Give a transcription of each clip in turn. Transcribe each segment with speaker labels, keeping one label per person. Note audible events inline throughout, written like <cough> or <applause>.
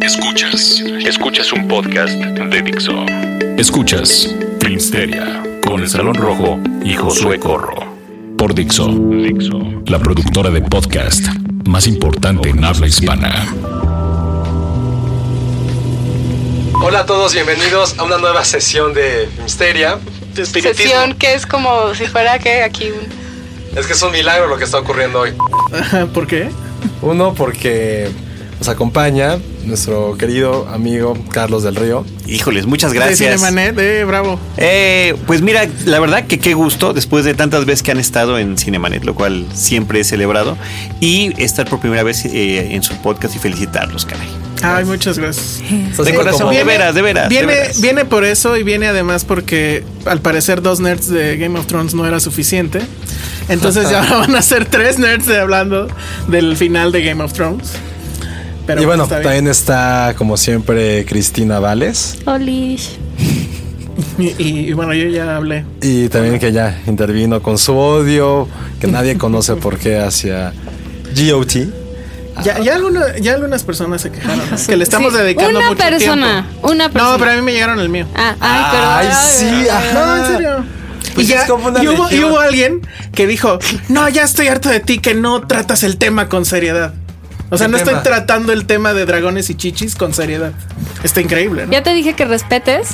Speaker 1: Escuchas, escuchas un podcast de Dixo. Escuchas Filmsteria con el Salón Rojo y Josué Corro. Por Dixo, la productora de podcast más importante en habla hispana.
Speaker 2: Hola a todos, bienvenidos a una nueva sesión de Misteria.
Speaker 3: sesión que es como si fuera que aquí un...
Speaker 2: Es que es un milagro lo que está ocurriendo hoy.
Speaker 4: ¿Por qué?
Speaker 2: Uno, porque nos acompaña nuestro querido amigo Carlos del Río.
Speaker 5: Híjoles, muchas
Speaker 4: De
Speaker 5: gracias.
Speaker 4: Cinemanet, eh, bravo.
Speaker 5: Eh, pues mira, la verdad que qué gusto, después de tantas veces que han estado en Cinemanet, lo cual siempre he celebrado, y estar por primera vez eh, en su podcast y felicitarlos, caray.
Speaker 4: Ay, muchas gracias.
Speaker 2: Está
Speaker 5: De
Speaker 2: súper
Speaker 5: corazón,
Speaker 2: cómodo.
Speaker 5: de veras, de veras. de
Speaker 4: Pues Viene,
Speaker 5: veras.
Speaker 4: viene por eso y viene además
Speaker 5: <laughs>
Speaker 4: porque al parecer dos nerds de Game of Thrones no era suficiente. Entonces ya ahora van a ser tres nerds de hablando del final de Game of Thrones. Pero
Speaker 2: Y bueno,
Speaker 4: está bien.
Speaker 2: también está como siempre Cristina Vales.
Speaker 3: Olish.
Speaker 4: Y, y- y bueno, yo ya hablé.
Speaker 2: Y también que ya intervino con su odio, que nadie conoce por qué hacia GOT.
Speaker 4: Ya, ya, alguna- ya algunas personas se quejaron.
Speaker 2: <laughs>
Speaker 4: ¿eh? Que le estamos
Speaker 3: Sí,
Speaker 4: dedicando
Speaker 3: una
Speaker 4: mucho
Speaker 3: persona,
Speaker 4: tiempo.
Speaker 3: una persona.
Speaker 4: No, pero a mí me llegaron el mío.
Speaker 3: Ah, ay, perdón.
Speaker 2: Ay, sí,
Speaker 4: No, Ah, en
Speaker 2: ajá.
Speaker 4: serio.
Speaker 2: Ah, Pues
Speaker 4: y, ya-
Speaker 2: es como una
Speaker 4: y hubo, y
Speaker 2: legión.
Speaker 4: hubo alguien que dijo, no, ya estoy harto de ti que no tratas el tema con seriedad. O sea,
Speaker 2: ¿Qué
Speaker 4: no
Speaker 2: tema?
Speaker 4: estoy tratando el tema de dragones y chichis con seriedad. Está increíble, ¿no?
Speaker 3: Ya te dije que respetes.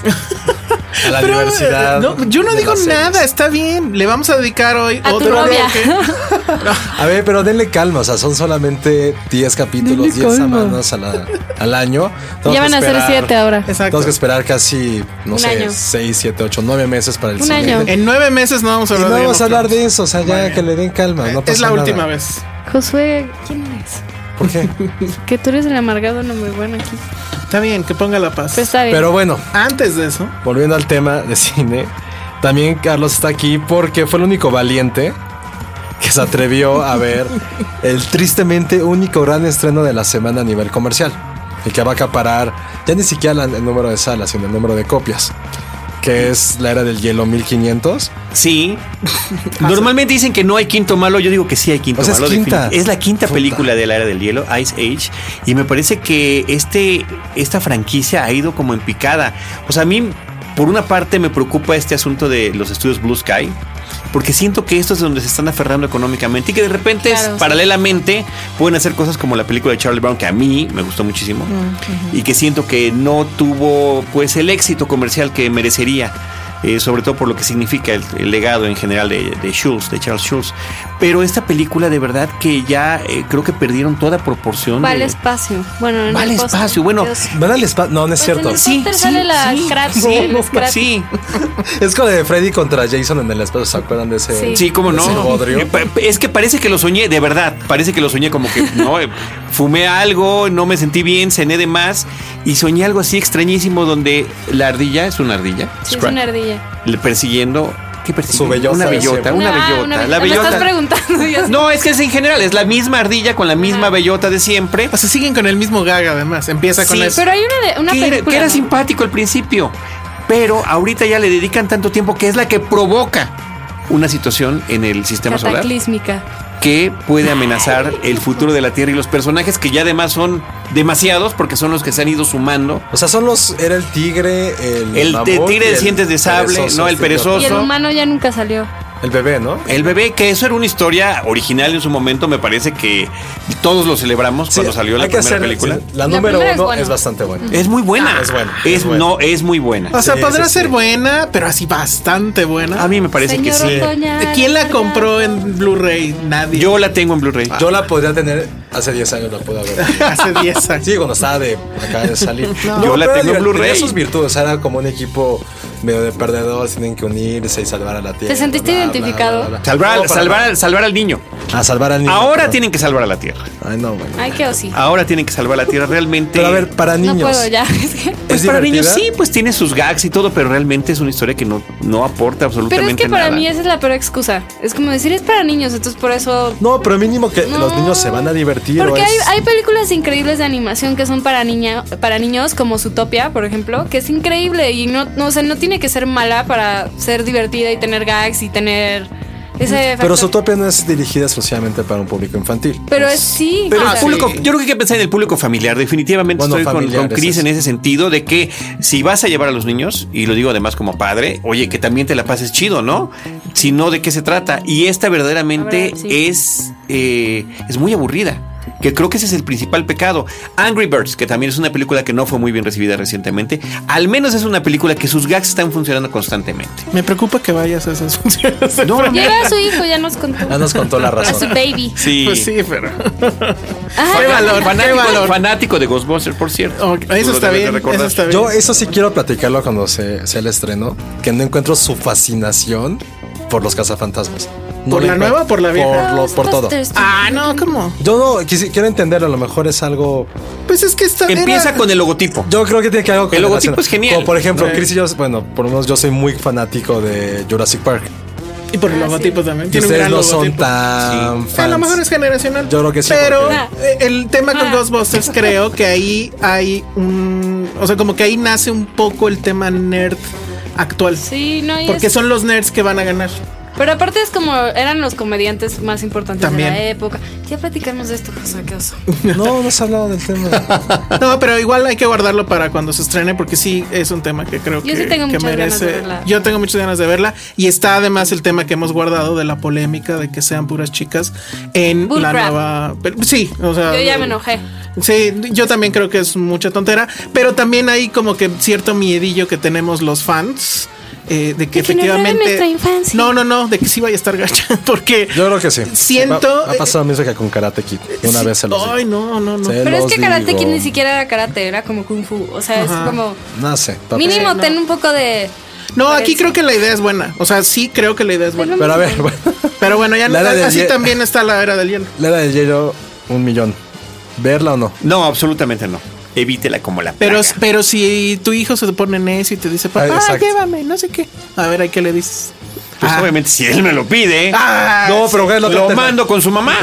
Speaker 2: A la
Speaker 4: Pero,
Speaker 2: diversidad.
Speaker 4: eh, no, yo no
Speaker 2: de
Speaker 4: digo
Speaker 2: las series.
Speaker 4: nada, está bien. Le vamos a dedicar hoy
Speaker 3: A tu
Speaker 4: otro
Speaker 3: novia.
Speaker 4: bloque.
Speaker 2: A ver, pero denle calma, o sea, son solamente 10 capítulos, 10 semanas a la- al año. Tenemos
Speaker 3: ya van
Speaker 2: que
Speaker 3: a ser
Speaker 2: esperar-
Speaker 3: siete ahora.
Speaker 4: Exacto.
Speaker 2: Tenemos que esperar casi, no
Speaker 3: Un
Speaker 2: sé,
Speaker 3: año.
Speaker 2: 6, 7, 8, 9 meses para el
Speaker 3: Un
Speaker 2: siguiente.
Speaker 3: año.
Speaker 4: En nueve meses no vamos a
Speaker 2: Y
Speaker 4: hablar
Speaker 2: no
Speaker 4: de
Speaker 2: vamos a
Speaker 4: Game of
Speaker 2: hablar de eso, o sea, ya que le den calma. No
Speaker 4: Thrones. Es
Speaker 2: pasa
Speaker 4: la
Speaker 2: nada.
Speaker 4: última vez.
Speaker 3: Josué, ¿quién eres?
Speaker 2: ¿Por
Speaker 3: <laughs>
Speaker 2: qué?
Speaker 3: Que tú eres el amargado, no muy bueno aquí.
Speaker 4: Está bien, que ponga la paz.
Speaker 3: Pero está bien.
Speaker 2: Pero bueno,
Speaker 4: Antes de eso,
Speaker 2: volviendo al tema de cine, también Carlos está aquí porque fue el único valiente que se atrevió a ver el tristemente único gran estreno de la semana a nivel comercial. El que va a acaparar ya ni siquiera la- el número de salas, sino el número de copias. Que es la era del hielo 1500. <laughs>
Speaker 5: Sí. Normalmente dicen que no hay quinto malo, yo digo que sí hay quinto
Speaker 2: O sea, es
Speaker 5: malo.
Speaker 2: quinta.
Speaker 5: definitivamente. Es la quinta
Speaker 2: Puta.
Speaker 5: película del área del hielo, Ice Age, y me parece que este, esta franquicia ha ido como en picada. O sea, a mí, por una parte, me preocupa este asunto de los estudios Blue Sky. Porque siento que esto es donde se están aferrando económicamente y que de repente,
Speaker 3: Claro,
Speaker 5: es-
Speaker 3: sí.
Speaker 5: paralelamente, pueden hacer cosas como la película de Charlie Brown, que a mí me gustó muchísimo, y que siento que no tuvo pues el éxito comercial que merecería. eh, sobre todo por lo que significa el, el legado en general de, de Schultz, de Charles Schultz. Pero esta película de verdad que ya eh, creo que perdieron toda proporción.
Speaker 3: Vale
Speaker 5: de-
Speaker 3: espacio. Bueno, en el
Speaker 5: Vale
Speaker 3: póster.
Speaker 5: espacio, bueno,
Speaker 3: Dios.
Speaker 2: Van al spa- No, no es
Speaker 3: Pues
Speaker 2: cierto.
Speaker 3: en el póster sale la Krat- el Krat-
Speaker 5: sí,
Speaker 2: Es como de Freddy contra Jason en el espacio, ¿se acuerdan de ese?
Speaker 3: Sí.
Speaker 5: Sí, cómo
Speaker 2: de
Speaker 5: no. Eh,
Speaker 2: ese bodrio?
Speaker 5: Pa- pa- Es que parece que lo soñé, de verdad. Parece que lo soñé como que no. eh, Fumé algo, no me sentí bien, cené de más y soñé algo así extrañísimo donde la ardilla es una ardilla.
Speaker 3: Sí, es
Speaker 5: Scrat-
Speaker 3: una ardilla.
Speaker 5: Le persiguiendo. ¿Qué persigue?
Speaker 2: Su bellota
Speaker 5: Una
Speaker 2: de
Speaker 5: bellota,
Speaker 2: siempre.
Speaker 5: una
Speaker 3: No,
Speaker 5: bellota.
Speaker 3: una
Speaker 5: la
Speaker 3: be- Me estás
Speaker 5: bellota.
Speaker 3: preguntando. ya sé.
Speaker 5: No, es que es en general, es la misma ardilla con la misma
Speaker 3: Ajá.
Speaker 5: bellota de siempre.
Speaker 4: o sea, siguen con el mismo gag además. Empieza con
Speaker 5: Sí,
Speaker 4: eso.
Speaker 3: Pero hay una de una
Speaker 5: que, era,
Speaker 3: película.
Speaker 5: que era
Speaker 3: ¿no?
Speaker 5: simpático al principio, pero ahorita ya le dedican tanto tiempo que es la que provoca una situación en el sistema solar
Speaker 3: Cataclísmica.
Speaker 5: que puede amenazar el futuro de la Tierra y los personajes que ya además son demasiados porque son los que se han ido sumando.
Speaker 2: O sea, son los. Era el tigre, el.
Speaker 5: El te-
Speaker 2: mamut
Speaker 5: tigre
Speaker 2: y
Speaker 5: de
Speaker 2: el
Speaker 5: dientes de sable, no, el
Speaker 2: este,
Speaker 5: perezoso.
Speaker 3: Y el
Speaker 5: Oso.
Speaker 3: humano ya nunca salió.
Speaker 2: El bebé, ¿no?
Speaker 5: El bebé, que eso era una historia original en su momento, me parece que todos lo celebramos cuando
Speaker 2: Sí,
Speaker 5: salió la
Speaker 2: hay que
Speaker 5: primera
Speaker 2: hacer-
Speaker 5: película.
Speaker 2: sí, La
Speaker 3: La
Speaker 2: número
Speaker 3: primera es
Speaker 2: uno
Speaker 3: buena.
Speaker 2: es bastante buena.
Speaker 5: Es muy
Speaker 4: Ah,
Speaker 5: buena.
Speaker 2: Es buena,
Speaker 5: Es,
Speaker 2: es buena.
Speaker 5: No, es muy buena.
Speaker 4: O sea,
Speaker 2: Sí,
Speaker 4: podrá
Speaker 2: sí,
Speaker 4: ser
Speaker 2: sí.
Speaker 4: buena, pero así bastante buena.
Speaker 5: A mí me parece que sí.
Speaker 4: ¿Quién la compró en Blu-ray? Nadie. Ah,
Speaker 5: Yo la tengo en Blu-ray.
Speaker 2: Yo la podría tener hace 10 años, la pude haber.
Speaker 4: hace 10 años.
Speaker 2: Sí, cuando estaba de acá de
Speaker 3: <laughs>
Speaker 2: salir.
Speaker 5: Yo la
Speaker 2: pero
Speaker 5: tengo en
Speaker 2: tenía
Speaker 5: Blu-ray.
Speaker 2: sus virtudes, era como un equipo medio de perdedores, tienen que unirse y salvar a la tierra.
Speaker 3: sentiste identificado?
Speaker 5: Salvar, al- salvar, al- salvar al niño.
Speaker 2: a Ah, salvar al niño.
Speaker 5: Ahora
Speaker 2: perdón.
Speaker 5: tienen que salvar a la Tierra.
Speaker 2: Ay, no, bueno.
Speaker 3: Ay, qué osi.
Speaker 5: Ahora tienen que salvar a la Tierra. Realmente.
Speaker 2: Pero a ver, para
Speaker 3: No
Speaker 2: niños.
Speaker 3: puedo ya. <laughs> Es que...
Speaker 5: Pues
Speaker 2: ¿Es
Speaker 5: para
Speaker 2: divertida?
Speaker 5: niños sí, pues tiene sus gags y todo, pero realmente es una historia que no, no aporta absolutamente
Speaker 3: Pero es que para
Speaker 5: nada.
Speaker 3: mí esa es la peor excusa. Es como decir, es para niños, entonces por eso...
Speaker 2: No, pero mínimo que los
Speaker 3: No.
Speaker 2: niños se van a divertir.
Speaker 3: Porque
Speaker 2: o
Speaker 3: hay,
Speaker 2: es-
Speaker 3: hay películas increíbles de animación que son para niña, para niños, como Zootopia, por ejemplo, que es increíble y no, no, o sea, no tiene que ser mala para ser divertida y tener gags y tener ese
Speaker 2: Pero
Speaker 3: factor.
Speaker 2: Zootopia no es dirigida exclusivamente para un público infantil.
Speaker 3: Pero es sí.
Speaker 5: Pero
Speaker 3: o
Speaker 5: el
Speaker 2: Ah,
Speaker 3: sea,
Speaker 5: público, yo creo que hay que pensar en el público familiar. Definitivamente
Speaker 2: Bueno,
Speaker 5: estoy con- con,
Speaker 2: familiar,
Speaker 5: Cris
Speaker 2: ese
Speaker 5: en
Speaker 2: es.
Speaker 5: ese sentido de que si vas a llevar a los niños, y lo digo además como padre, oye, que también te la pases chido, ¿no? Si no, ¿de qué se trata? Y esta verdaderamente
Speaker 3: Ahora, sí.
Speaker 5: es, eh, es muy aburrida. Que creo que ese es el principal pecado. Angry Birds, que también es una película que no fue muy bien recibida recientemente, al menos es una película que sus gags están funcionando constantemente.
Speaker 4: Me preocupa que vayas a esas funciones.
Speaker 3: Lleva a su hijo, ya nos contó.
Speaker 2: <laughs> Ya nos contó
Speaker 3: <laughs>
Speaker 2: la
Speaker 3: A su
Speaker 2: razón.
Speaker 3: baby.
Speaker 5: Sí.
Speaker 4: Pues sí, pero.
Speaker 3: Ay,
Speaker 4: Ah, Qué valor, qué
Speaker 5: fanático,
Speaker 4: valor.
Speaker 5: fanático de Ghostbusters, por cierto.
Speaker 4: Ok, eso, está bien, eso está <laughs> bien.
Speaker 2: Yo eso sí quiero platicarlo cuando se, sea el estreno, que no encuentro su fascinación por los cazafantasmas. No
Speaker 4: ¿Por
Speaker 2: lo
Speaker 4: la
Speaker 2: encuentro.
Speaker 4: nueva o por la vieja?
Speaker 2: Por, lo- por todo.
Speaker 3: Ghostbusters.
Speaker 4: Ah, no, ¿cómo?
Speaker 2: Yo no, quisi- quiero entenderlo, a lo mejor es algo...
Speaker 4: Pues es que está.
Speaker 5: Empieza
Speaker 4: era-
Speaker 5: con el logotipo.
Speaker 2: Yo creo que tiene que algo con
Speaker 5: El
Speaker 2: la
Speaker 5: logotipo
Speaker 2: escena.
Speaker 5: es genial.
Speaker 2: Como por ejemplo,
Speaker 4: Sí.
Speaker 2: Chris y yo, bueno, por lo menos yo soy muy fanático de Jurassic Park.
Speaker 4: Y por el
Speaker 3: Ah,
Speaker 4: logotipo
Speaker 3: sí.
Speaker 4: también.
Speaker 2: Y
Speaker 4: Tiene un
Speaker 2: ustedes
Speaker 4: gran
Speaker 2: no son
Speaker 4: logotipo.
Speaker 2: tan fans.
Speaker 4: A lo mejor es generacional.
Speaker 2: Yo creo que sí,
Speaker 4: Pero
Speaker 3: porque-
Speaker 4: eh, el tema con
Speaker 3: Ah.
Speaker 4: Ghostbusters creo que ahí hay un... O sea, como que ahí nace un poco el tema nerd actual.
Speaker 3: Sí, no, y
Speaker 4: Porque
Speaker 3: es-
Speaker 4: son los nerds que van a ganar.
Speaker 3: Pero aparte es como eran los comediantes más importantes
Speaker 4: También.
Speaker 3: de la época. Ya platicamos de esto, José, qué oso.
Speaker 2: No, no se ha hablado del tema.
Speaker 4: <laughs> No, pero igual hay que guardarlo para cuando se estrene porque sí es un tema que creo
Speaker 3: Yo
Speaker 4: que,
Speaker 3: sí tengo
Speaker 4: que
Speaker 3: muchas ganas de verla.
Speaker 4: Yo tengo muchas ganas de verla y está además el tema que hemos guardado de la polémica de que sean puras chicas en
Speaker 3: Bull
Speaker 4: la
Speaker 3: crap.
Speaker 4: nueva. pero- sí, o sea,
Speaker 3: Yo ya me enojé.
Speaker 4: Sí, yo también creo que es mucha tontera, pero también hay como que cierto miedillo que tenemos los fans. eh, de que
Speaker 3: De que nos roben
Speaker 4: efectivamente.
Speaker 3: nuestra infancia.
Speaker 4: No, no, no, de que sí vaya a estar gacha. <laughs> Porque.
Speaker 2: Yo creo que sí.
Speaker 4: Siento- eh,
Speaker 2: Ha, ha pasado lo mismo que con Karate Kid. Una vez se los
Speaker 4: Ay,
Speaker 2: digo.
Speaker 4: no, no, no.
Speaker 2: Se
Speaker 3: Pero es
Speaker 2: los
Speaker 3: que karate
Speaker 2: digo.
Speaker 3: Kid ni siquiera era karate, era como kung fu. O sea,
Speaker 4: Ajá.
Speaker 3: es como
Speaker 2: No sé. papi.
Speaker 3: mínimo
Speaker 4: no.
Speaker 3: ten un poco de.
Speaker 4: No, aquí
Speaker 3: Parece.
Speaker 4: creo que la idea es buena. O sea, sí creo que la idea es buena.
Speaker 2: Pero a ver, <laughs> bueno,
Speaker 4: Pero bueno, ya no,
Speaker 2: La era del
Speaker 4: así
Speaker 2: hielo.
Speaker 4: también está la era del hielo.
Speaker 2: la era del hielo, un millón. ¿Verla o no?
Speaker 5: No, absolutamente no. Evítela como la
Speaker 4: Pero,
Speaker 5: plaga.
Speaker 4: pero si tu hijo se pone necio y te dice, papá,
Speaker 2: Ah, exacto.
Speaker 4: llévame, no sé qué. A ver, ¿a qué le dices?
Speaker 5: Pues
Speaker 4: Ah.
Speaker 5: obviamente si él me lo pide,
Speaker 4: Ah,
Speaker 2: No, pero ¿cuál es la otra
Speaker 5: lo
Speaker 2: alternativa?
Speaker 5: mando con
Speaker 4: <laughs>
Speaker 5: su mamá.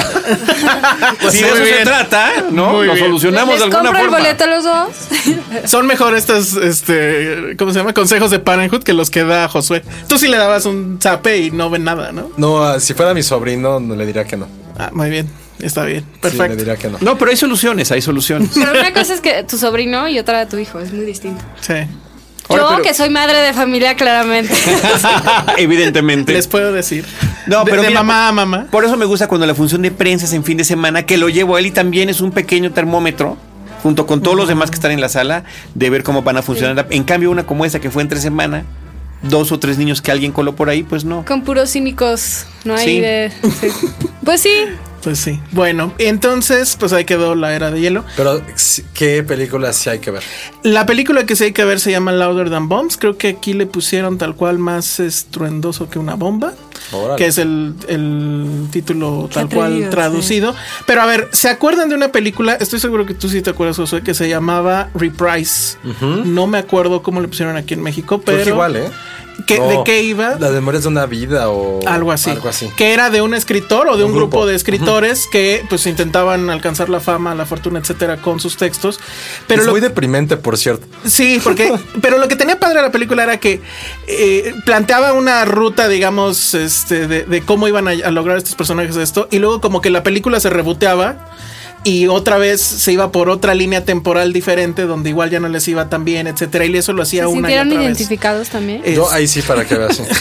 Speaker 5: si de
Speaker 4: muy
Speaker 5: eso se
Speaker 4: bien.
Speaker 5: trata, ¿no?
Speaker 4: Muy
Speaker 5: lo
Speaker 4: bien.
Speaker 5: solucionamos
Speaker 3: Les
Speaker 5: de alguna
Speaker 3: compro el
Speaker 5: forma.
Speaker 3: boleto a los dos.
Speaker 4: Son mejor estos, este, ¿cómo se llama? Consejos de Parenthood que los que da Josué. Tú sí le dabas un zape y no ven nada, ¿no?
Speaker 2: No, ah, si fuera mi sobrino, no le diría que no. Sí,
Speaker 4: Ah, muy bien, está bien,
Speaker 2: le
Speaker 4: perfecto.
Speaker 2: diría que no.
Speaker 5: No, pero hay soluciones, hay soluciones.
Speaker 3: Pero una cosa es que tu sobrino y otra tu hijo. Es muy distinto.
Speaker 4: Sí.
Speaker 5: Ahora,
Speaker 3: Yo,
Speaker 5: pero-
Speaker 3: que soy madre de familia,
Speaker 5: <laughs>
Speaker 3: claramente.
Speaker 4: <laughs>
Speaker 5: Evidentemente.
Speaker 4: Les puedo decir.
Speaker 5: No,
Speaker 4: De-
Speaker 5: pero
Speaker 4: de,
Speaker 5: mira,
Speaker 4: mamá a mamá.
Speaker 5: Por eso me gusta cuando la función de prensa es en fin de semana, que lo llevo a él y también es un pequeño termómetro, junto con todos los demás que están en la sala, de ver cómo van a funcionar. En cambio, una como esta que fue entre semana, dos o tres niños que alguien coló por ahí, pues no.
Speaker 3: Con puros cínicos. No hay
Speaker 5: Sí.
Speaker 3: de. sí. Pues sí.
Speaker 4: Pues sí. Bueno, entonces, pues ahí quedó la era de hielo.
Speaker 2: Pero, ¿qué película sí hay que ver?
Speaker 4: La película que sí hay que ver se llama Louder Than Bombs. Creo que aquí le pusieron tal cual más estruendoso que una bomba.
Speaker 2: Órale.
Speaker 4: Que es el, el título tal cual
Speaker 3: atrevido,
Speaker 4: traducido. Pero a ver, ¿se acuerdan de una película? Estoy seguro que tú sí te acuerdas, Josué, que se llamaba Reprise. No me acuerdo cómo le pusieron aquí en México,
Speaker 2: Creo
Speaker 4: pero.
Speaker 2: que igual, ¿eh?
Speaker 4: ¿Qué-
Speaker 2: No,
Speaker 4: ¿De qué iba?
Speaker 2: Las memorias de una vida o
Speaker 4: Algo así.
Speaker 2: Algo así.
Speaker 4: Que era de un escritor o de un,
Speaker 2: Un
Speaker 4: grupo.
Speaker 2: grupo.
Speaker 4: de escritores que pues intentaban alcanzar la fama, la fortuna, etcétera, con sus textos. Pero
Speaker 2: es
Speaker 4: lo
Speaker 2: muy deprimente, por cierto.
Speaker 4: Sí,
Speaker 2: <laughs>
Speaker 4: porque. pero lo que tenía padre la película era que eh, planteaba una ruta, digamos, este, de, de cómo iban a, a lograr estos personajes esto. Y luego, como que la película se reboteaba. Y otra vez se iba por otra línea temporal diferente, donde igual ya no les iba tan bien, etcétera. <laughs> Y eso lo hacía
Speaker 3: ¿Se
Speaker 4: una y otra vez.
Speaker 3: sintieron identificados también?
Speaker 4: Eh,
Speaker 2: Yo ahí sí para que veas.
Speaker 4: <laughs>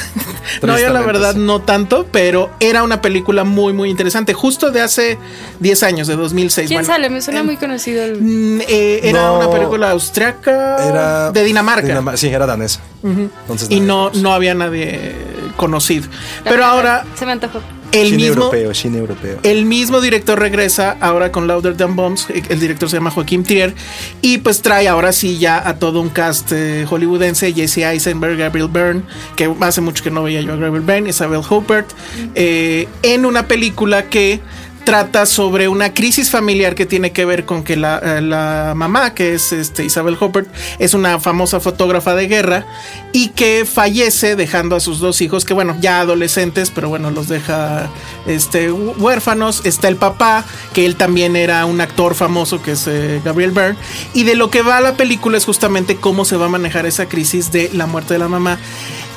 Speaker 4: No, yo la
Speaker 2: Tristemente,
Speaker 4: verdad
Speaker 2: sí.
Speaker 4: no tanto, pero era una película muy, muy interesante. Justo de hace 10 años, de 2006.
Speaker 3: ¿Quién
Speaker 4: Bueno,
Speaker 3: sale? Me suena
Speaker 4: eh,
Speaker 3: muy conocido. el-
Speaker 4: mm, eh, era
Speaker 2: No.
Speaker 4: una película austriaca
Speaker 2: Era
Speaker 4: de Dinamarca.
Speaker 2: Dinamar- sí, era danesa. Entonces,
Speaker 4: y
Speaker 2: nadie
Speaker 4: no,
Speaker 2: conoce.
Speaker 4: no había nadie conocido.
Speaker 3: la
Speaker 4: Pero
Speaker 3: primera.
Speaker 4: ahora
Speaker 3: Se me antojó.
Speaker 4: el
Speaker 2: Cine
Speaker 4: mismo,
Speaker 2: europeo, cine europeo.
Speaker 4: el mismo director regresa ahora con Louder Than Bombs. El director se llama Joaquín Trier. Y pues trae ahora sí ya a todo un cast eh, hollywoodense: Jesse Eisenberg, Gabriel Byrne, que hace mucho que no veía yo a Gabriel Byrne, Isabel Huppert, eh, en una película que trata sobre una crisis familiar que tiene que ver con que la, eh, la mamá, que es este, Isabel Huppert, es una famosa fotógrafa de guerra y que fallece dejando a sus dos hijos, que bueno, ya adolescentes, pero bueno, los deja este, hu- huérfanos. Está el papá, que él también era un actor famoso, que es eh, Gabriel Byrne. Y de lo que va la película es justamente cómo se va a manejar esa crisis de la muerte de la mamá.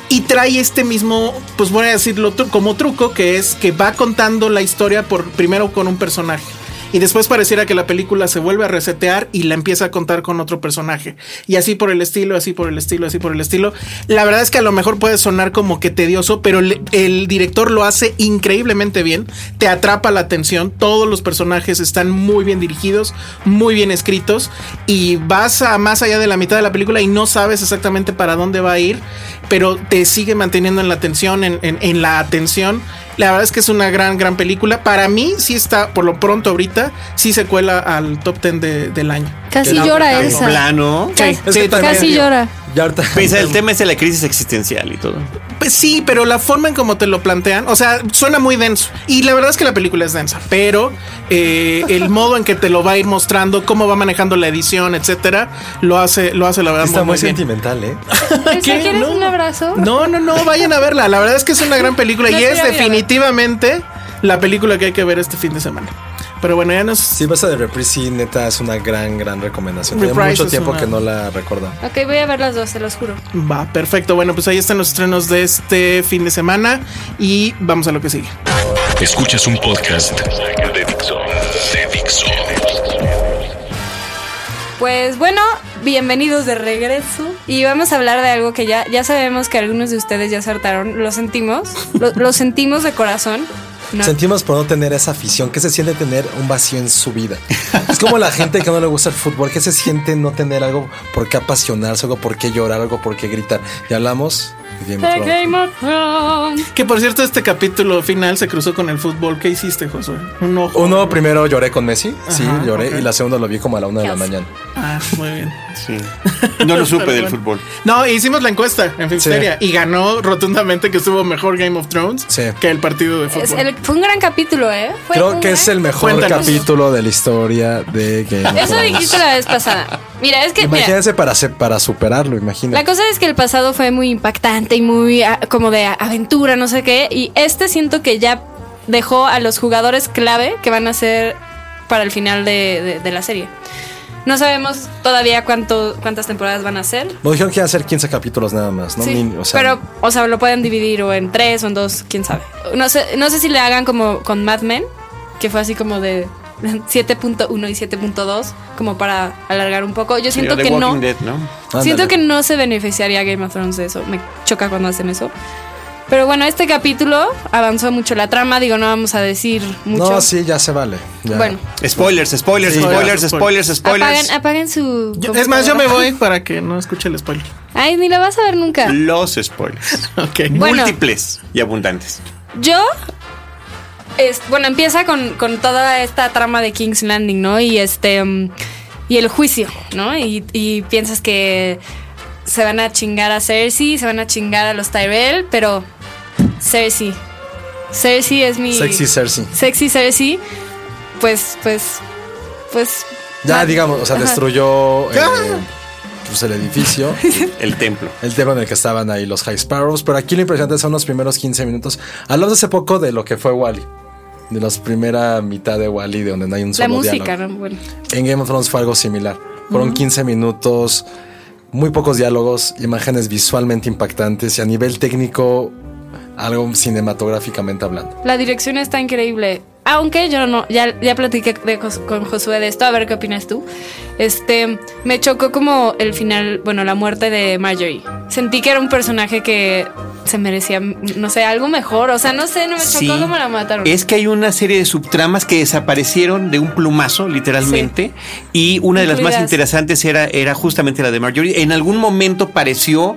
Speaker 4: Y trae este mismo, pues voy a decirlo tru- como truco, que es que va contando la historia por primero con un personaje. Y después pareciera que la película se vuelve a resetear y la empieza a contar con otro personaje. Y así por el estilo, así por el estilo, así por el estilo. La verdad es que a lo mejor puede sonar como que tedioso, pero le- el director lo hace increíblemente bien. Te atrapa la atención. Todos los personajes están muy bien dirigidos, muy bien escritos. Y vas a más allá de la mitad de la película y no sabes exactamente para dónde va a ir, pero te sigue manteniendo en la atención, en, en- en la atención. La verdad es que es una gran, gran película. Para mí, sí está, por lo pronto ahorita, sí se cuela al top 10 de- del año.
Speaker 3: Casi
Speaker 2: Que la-
Speaker 3: llora
Speaker 5: En
Speaker 3: Elsa.
Speaker 5: plano.
Speaker 3: Casi,
Speaker 4: Sí, es que también-
Speaker 3: casi llora.
Speaker 2: Ya ahorita.
Speaker 5: Pese Pues, el tema es de la crisis existencial y todo.
Speaker 4: Pues sí, pero la forma en como te lo plantean, o sea, suena muy denso. Y la verdad es que la película es densa, pero eh, el modo en que te lo va a ir mostrando, cómo va manejando la edición, etcétera, lo hace, lo hace la verdad
Speaker 2: Está
Speaker 4: muy,
Speaker 2: muy
Speaker 4: muy bien.
Speaker 2: sentimental, ¿eh?
Speaker 3: Elsa,
Speaker 4: ¿Qué?
Speaker 3: ¿Quieres
Speaker 4: No.
Speaker 3: un abrazo?
Speaker 4: No, no, no, vayan a verla. La verdad es que es una gran película
Speaker 3: No
Speaker 4: y
Speaker 3: estoy
Speaker 4: es
Speaker 3: a verla.
Speaker 4: definitivamente la película que hay que ver este fin de semana. Pero bueno, ya nos.
Speaker 2: Si vas a de reprise, sí, neta, es una gran, gran recomendación. Tiene
Speaker 4: Reprise
Speaker 2: mucho
Speaker 4: es
Speaker 2: tiempo
Speaker 4: una-
Speaker 2: que no la recuerdo.
Speaker 3: Ok, voy a ver las dos, se los juro.
Speaker 4: Va, perfecto. Bueno, pues ahí están los estrenos de este fin de semana y vamos a lo que sigue.
Speaker 1: Escuchas un podcast de Dixo. De Dixo.
Speaker 3: Pues bueno, bienvenidos de regreso. Y vamos a hablar de algo que ya, ya sabemos que algunos de ustedes ya acertaron. Lo sentimos. Lo, lo sentimos de corazón. No.
Speaker 2: Sentimos por no tener esa afición. ¿Qué se siente tener un vacío en su vida? Es como la gente que no le gusta el fútbol. ¿Qué se siente no tener algo por qué apasionarse, algo por qué llorar, algo por qué gritar? Y hablamos de Game of
Speaker 3: The
Speaker 2: Thrones.
Speaker 3: Game of Thrones.
Speaker 4: Que por cierto, este capítulo final se cruzó con el fútbol. ¿Qué hiciste, Josué? Un ojo.
Speaker 2: Uno primero lloré con Messi, sí,
Speaker 4: Ajá,
Speaker 2: lloré,
Speaker 4: ok.
Speaker 2: y la segunda lo vi como a la una de la mañana.
Speaker 4: Ah, muy bien. <laughs>
Speaker 5: Sí. No lo supe del
Speaker 4: Perdón.
Speaker 5: fútbol.
Speaker 4: No, hicimos la encuesta en Finsteria y ganó rotundamente que estuvo mejor Game of Thrones
Speaker 2: Sí.
Speaker 4: que el partido de fútbol.
Speaker 3: Es el- fue un gran capítulo, ¿eh? Fue
Speaker 2: Creo
Speaker 3: un
Speaker 2: que
Speaker 3: gran-
Speaker 2: es el mejor
Speaker 4: Cuéntanos.
Speaker 2: capítulo de la historia de Game of Thrones.
Speaker 3: Eso dijiste la vez pasada. Mira, es que. mira,
Speaker 2: Imagínense para, se- para superarlo,
Speaker 3: La
Speaker 2: imagínate.
Speaker 3: cosa es que el pasado fue muy impactante y muy ah, como de aventura, no sé qué. Y este siento que ya dejó a los jugadores clave que van a ser para el final de, de- de la serie. No sabemos todavía cuánto, cuántas temporadas van a ser.
Speaker 2: Nos dijeron que iban a ser 15 capítulos nada más, ¿no?
Speaker 3: Sí,
Speaker 2: Ni- o sea,
Speaker 3: pero, o sea, lo pueden dividir o en tres o en dos, quién sabe. No sé, no sé si le hagan como con Mad Men, que fue así como de 7.1 y 7.2, como para alargar un poco. Yo siento
Speaker 5: The
Speaker 3: que
Speaker 5: Walking
Speaker 3: no.
Speaker 5: Dead, ¿no?
Speaker 2: ándale.
Speaker 3: Siento que no se beneficiaría Game of Thrones de eso. Me choca cuando hacen eso. Pero bueno, este capítulo avanzó mucho la trama. Digo, no vamos a decir mucho.
Speaker 2: No, sí, ya se vale. ya.
Speaker 3: Bueno,
Speaker 5: Spoilers, spoilers,
Speaker 4: Sí,
Speaker 5: spoilers,
Speaker 4: ya.
Speaker 5: spoilers,
Speaker 3: apaguen,
Speaker 5: spoilers.
Speaker 3: apaguen su.
Speaker 4: Yo- es más, yo me
Speaker 3: computadora.
Speaker 4: voy para que no escuche el spoiler. <laughs>
Speaker 3: Ay, ni la vas a ver nunca.
Speaker 5: Los spoilers.
Speaker 4: Ok.
Speaker 3: eh. Bueno.
Speaker 5: Múltiples y abundantes.
Speaker 3: Yo. es- bueno, empieza con, con toda esta trama de King's Landing, ¿no? Y este. mm, y el juicio, ¿no? Y, y piensas que se van a chingar a Cersei, se van a chingar a los Tyrell, pero. Cersei. Cersei es mi.
Speaker 2: Sexy Cersei.
Speaker 3: Sexy Cersei, pues, pues, pues.
Speaker 2: Ya,
Speaker 3: ma-
Speaker 2: digamos, o sea,
Speaker 3: Ajá.
Speaker 2: destruyó eh, pues, el edificio,
Speaker 3: <laughs>
Speaker 5: El templo.
Speaker 2: el tema en el que estaban ahí los High Sparrows. Pero aquí lo impresionante son los primeros 15 minutos. Hablamos hace poco de lo que fue Wally. De la primera mitad de Wally, de donde no hay un
Speaker 3: La
Speaker 2: solo
Speaker 3: música,
Speaker 2: diálogo.
Speaker 3: ¿no? Bueno.
Speaker 2: En Game of Thrones fue algo similar. Fueron 15 minutos, muy pocos diálogos, imágenes visualmente impactantes y a nivel técnico, algo cinematográficamente hablando.
Speaker 3: La dirección está increíble. Aunque yo no, ya, ya platiqué de Jos- con Josué de esto, a ver qué opinas tú. Este, me chocó como el final, bueno, la muerte de Marjorie. Sentí que era un personaje que se merecía, no sé, algo mejor. O sea, no sé, no me chocó
Speaker 5: Sí.
Speaker 3: cómo la mataron.
Speaker 5: Es que hay una serie de subtramas que desaparecieron de un plumazo, literalmente. Y una de las más
Speaker 3: Incluidas.
Speaker 5: interesantes era, era justamente la de Marjorie. En algún momento pareció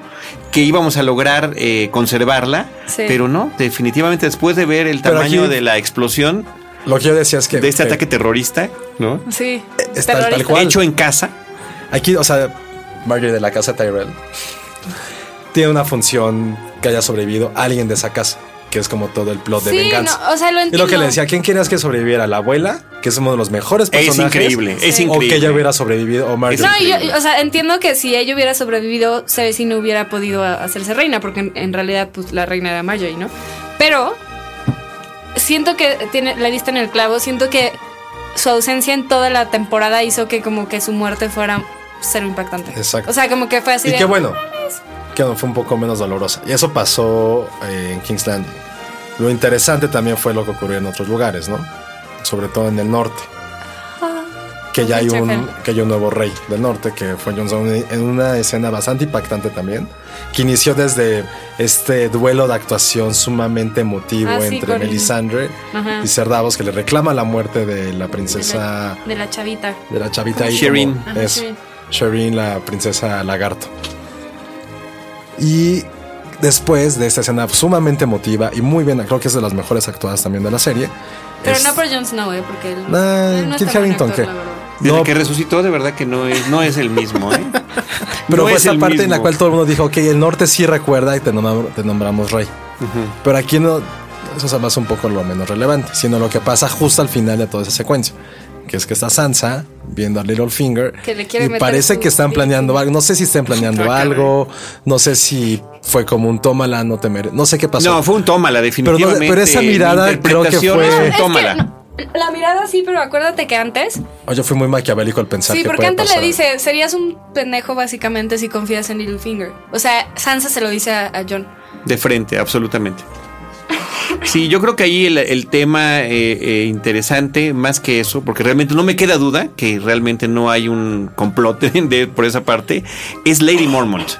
Speaker 5: que íbamos a lograr eh, conservarla,
Speaker 3: Sí.
Speaker 5: pero no. Definitivamente, después de ver el
Speaker 2: Pero
Speaker 5: tamaño
Speaker 2: aquí-
Speaker 5: de la explosión
Speaker 2: Lo que yo decía es que.
Speaker 5: de este
Speaker 2: que
Speaker 5: ataque terrorista, ¿no?
Speaker 3: Sí.
Speaker 2: Está
Speaker 3: terrorista.
Speaker 2: tal cual.
Speaker 5: Hecho en casa.
Speaker 2: Aquí, o sea, Margaret de la casa Tyrell tiene una función que haya sobrevivido alguien de esa casa, que es como todo el plot de
Speaker 3: Sí,
Speaker 2: venganza.
Speaker 3: no, o
Speaker 5: oh,
Speaker 3: sea, lo
Speaker 2: Y lo que
Speaker 3: entiendo.
Speaker 2: le decía, ¿quién querías que sobreviviera? ¿La abuela? Que es uno de los mejores
Speaker 5: Es
Speaker 2: personajes.
Speaker 5: increíble, es
Speaker 3: Sí.
Speaker 5: increíble.
Speaker 2: O que ella hubiera sobrevivido, o Margaret.
Speaker 3: No, y yo,
Speaker 5: increíble.
Speaker 3: o sea, entiendo que si ella hubiera sobrevivido, Cersei no hubiera podido a- hacerse reina, porque en, en realidad, pues la reina era Marjorie, ¿no? Pero siento que tiene la vista en el clavo, siento que su ausencia en toda la temporada hizo que como que su muerte fuera ser impactante.
Speaker 2: Exacto.
Speaker 3: O sea, como que fue así
Speaker 2: y
Speaker 3: de,
Speaker 2: qué bueno, que fue un poco menos dolorosa. Y eso pasó eh, en King's Landing. Lo interesante también fue lo que ocurrió en otros lugares, ¿no? Sobre todo en el norte. Que ya hay
Speaker 3: Mucha
Speaker 2: un,
Speaker 3: fe.
Speaker 2: que hay un nuevo rey del norte, que fue Jon Snow, en una escena bastante impactante también, que inició desde este duelo de actuación sumamente emotivo
Speaker 3: Ah, sí,
Speaker 2: entre
Speaker 3: con-
Speaker 2: Melisandre
Speaker 3: Ajá.
Speaker 2: y Ser Davos, que le reclama la muerte de la princesa,
Speaker 3: de la chavita.
Speaker 2: de la chavita ahí.
Speaker 5: Shireen.
Speaker 2: como-
Speaker 3: Ajá,
Speaker 2: eso.
Speaker 3: Shireen.
Speaker 2: Shireen, la princesa lagarto. Y después de esta escena sumamente emotiva y muy bien, creo que es de las mejores actuadas también de la serie.
Speaker 3: Pero
Speaker 2: es-
Speaker 3: no por Jon Snow, ¿eh? Porque él,
Speaker 2: Nah,
Speaker 3: él no es
Speaker 2: Kit
Speaker 3: tan buen
Speaker 2: Harington,
Speaker 3: actor,
Speaker 2: ¿qué?
Speaker 3: la verdad.
Speaker 5: Desde
Speaker 2: No,
Speaker 5: que resucitó, de verdad que no es, no es el mismo. ¿eh?
Speaker 2: pero
Speaker 5: No
Speaker 2: fue
Speaker 5: es
Speaker 2: esa
Speaker 5: el
Speaker 2: parte en la
Speaker 5: mismo.
Speaker 2: cual todo el mundo dijo, ok, el norte sí recuerda y te nombramos, te nombramos rey. Pero aquí no, eso se me hace un poco lo menos relevante, sino lo que pasa justo al final de toda esa secuencia. Que es que está Sansa viendo a Littlefinger
Speaker 3: Que le quiere
Speaker 2: y
Speaker 3: meter
Speaker 2: parece
Speaker 3: su Ah,
Speaker 2: que están planeando algo. No sé si estén
Speaker 3: <laughs>
Speaker 2: planeando algo, no sé si fue como un tómala, no te mere- No sé qué pasó.
Speaker 5: No, fue un tómala,
Speaker 2: no-
Speaker 5: definitivamente.
Speaker 2: pero esa
Speaker 5: Mi
Speaker 2: mirada creo que
Speaker 5: interpretación
Speaker 2: fue-
Speaker 5: es un
Speaker 2: No,
Speaker 3: <laughs>
Speaker 2: es que
Speaker 5: tómala.
Speaker 3: La mirada sí, pero acuérdate que antes
Speaker 2: O Oh, yo fui muy maquiavélico al pensar
Speaker 3: Sí,
Speaker 2: que
Speaker 3: porque
Speaker 2: puede
Speaker 3: antes
Speaker 2: pasar.
Speaker 3: le dice, serías un pendejo básicamente si confías en Littlefinger. O sea, Sansa se lo dice a, a John.
Speaker 5: De frente, absolutamente. Sí, yo creo que ahí el, el tema eh, eh, interesante, más que eso, porque realmente no me queda duda que realmente no hay un complot de- por esa parte, es Lady Mormont.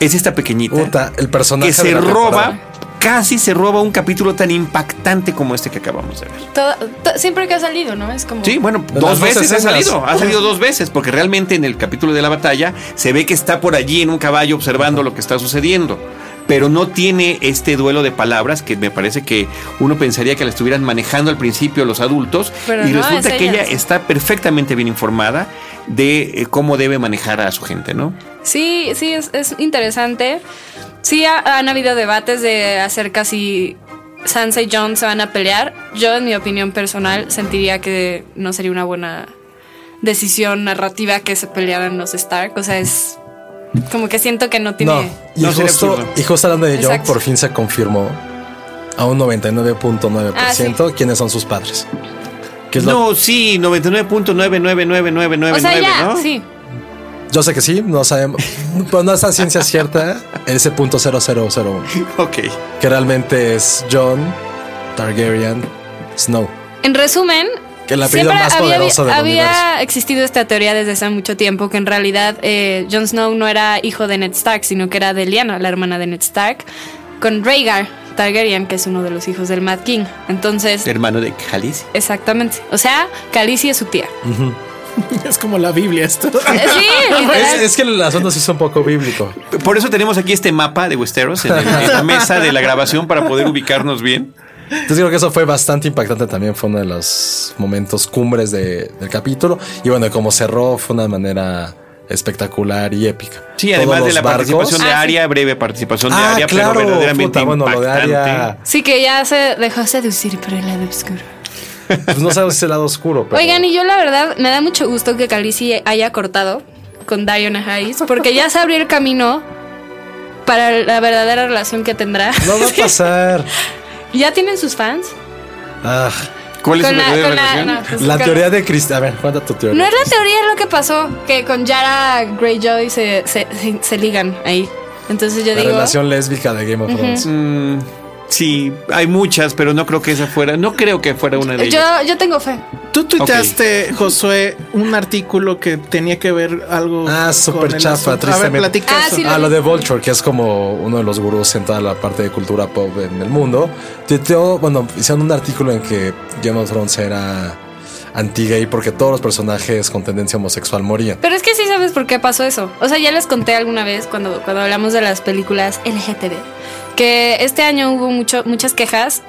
Speaker 5: Es esta pequeñita
Speaker 2: Puta, el personaje
Speaker 5: que se
Speaker 2: de la
Speaker 5: roba,
Speaker 2: temporada.
Speaker 5: casi se roba un capítulo tan impactante como este que acabamos de ver.
Speaker 3: Todo- to- siempre que ha salido, ¿no? Es como...
Speaker 5: Sí, bueno,
Speaker 2: las
Speaker 5: dos
Speaker 2: dos
Speaker 5: veces ha
Speaker 2: escenas.
Speaker 5: salido, ha salido dos veces, porque realmente en el capítulo de la batalla se ve que está por allí en un caballo observando lo que está sucediendo, pero no tiene este duelo de palabras que me parece que uno pensaría que la estuvieran manejando al principio los adultos,
Speaker 3: Pero
Speaker 5: y
Speaker 3: no,
Speaker 5: resulta
Speaker 3: es
Speaker 5: que ella
Speaker 3: ella.
Speaker 5: está perfectamente bien informada de eh, cómo debe manejar a su gente, ¿no?
Speaker 3: Sí, sí, es, es interesante. Sí, ha- han habido debates de acerca si Sansa y John se van a pelear. Yo, en mi opinión personal, sentiría que no sería una buena decisión narrativa que se pelearan los Stark. O sea, es como que siento que no tiene...
Speaker 2: No, y,
Speaker 5: No, sería
Speaker 2: justo,
Speaker 5: absurdo.
Speaker 2: y justo hablando de John,
Speaker 3: Exacto.
Speaker 2: por fin se confirmó a
Speaker 5: Ah,
Speaker 2: un 99.9% quiénes son sus padres. Que es lo-
Speaker 5: No, sí, 99.999999,
Speaker 3: o sea, ya,
Speaker 5: ¿no?
Speaker 3: sí.
Speaker 2: yo sé que sí, no sabemos, <laughs> pero no es a ciencia cierta ese punto 0001,
Speaker 5: Ok.
Speaker 2: que realmente es John Targaryen Snow.
Speaker 3: En resumen,
Speaker 2: Que el apellido
Speaker 3: siempre
Speaker 2: más
Speaker 3: había,
Speaker 2: poderoso del
Speaker 3: había existido esta teoría desde hace mucho tiempo que en realidad eh, Jon Snow no era hijo de Ned Stark, sino que era de Lyanna, la hermana de Ned Stark, con Rhaegar Targaryen, que es uno de los hijos del Mad King. Entonces,
Speaker 5: Hermano de Jalisco.
Speaker 3: exactamente. O sea, Khaleesi es
Speaker 2: <laughs>
Speaker 3: su tía.
Speaker 4: <laughs> Es como la Biblia esto.
Speaker 3: Eh, sí,
Speaker 2: Es,
Speaker 3: literal.
Speaker 2: es que el asunto sí es un poco bíblico.
Speaker 5: Por eso tenemos aquí este mapa de Westeros en, el- en la mesa de la grabación para poder ubicarnos bien.
Speaker 2: Entonces creo que eso fue bastante impactante también, fue uno de los momentos cumbres de- del capítulo. Y bueno, como cerró fue una manera espectacular y épica.
Speaker 5: Sí,
Speaker 2: Todos
Speaker 5: además de
Speaker 2: los
Speaker 5: la
Speaker 2: barcos-
Speaker 5: participación de
Speaker 3: Ah, sí.
Speaker 5: Aria, breve participación de
Speaker 2: Ah,
Speaker 5: Aria,
Speaker 2: claro,
Speaker 5: pero verdaderamente
Speaker 2: puta, bueno, lo de
Speaker 5: impactante.
Speaker 2: Aria,
Speaker 3: Sí, que ya se dejó seducir por el lado oscuro.
Speaker 2: pues no sabemos si es el lado oscuro, pero
Speaker 3: Oigan, y yo la verdad me da mucho gusto que Khaleesi haya cortado con Dario Hayes, porque ya se abrió el camino para la verdadera relación que tendrá.
Speaker 2: no va a pasar.
Speaker 3: <laughs> ¿Ya tienen sus fans?
Speaker 2: Ah,
Speaker 5: ¿Cuál es su
Speaker 3: Con la-
Speaker 5: verdadera
Speaker 3: con la-
Speaker 5: relación?
Speaker 3: no, pues,
Speaker 2: la
Speaker 3: con-
Speaker 2: teoría de Cristian. A ver, cuenta tu
Speaker 3: No
Speaker 2: teoría.
Speaker 3: es la teoría es lo que pasó, que con Yara Greyjoy se, se, se- se ligan ahí. Entonces yo
Speaker 2: la
Speaker 3: digo...
Speaker 2: relación lésbica de Game of Thrones.
Speaker 5: Sí, hay muchas, pero no creo que esa fuera. No creo que fuera una de
Speaker 3: Yo,
Speaker 5: ellas.
Speaker 3: yo tengo fe.
Speaker 5: Tú tuiteaste, Josué, un artículo que tenía que ver algo.
Speaker 2: Ah,
Speaker 5: con
Speaker 2: súper
Speaker 5: el
Speaker 2: chafa,
Speaker 5: asunto. A ver,
Speaker 2: tristemente.
Speaker 5: platica
Speaker 3: Ah,
Speaker 5: eso.
Speaker 3: sí,
Speaker 2: Ah, lo de Vulture, que es como uno de los gurús en toda la parte de cultura pop en el mundo. Tuiteó, bueno, hicieron un artículo en que Game of Thrones era anti-gay porque todos los personajes con tendencia homosexual morían.
Speaker 3: Pero es que sí sabes por qué pasó eso. O sea, ya les conté alguna vez cuando, cuando hablamos de las películas LGTB, que este año hubo mucho, muchas quejas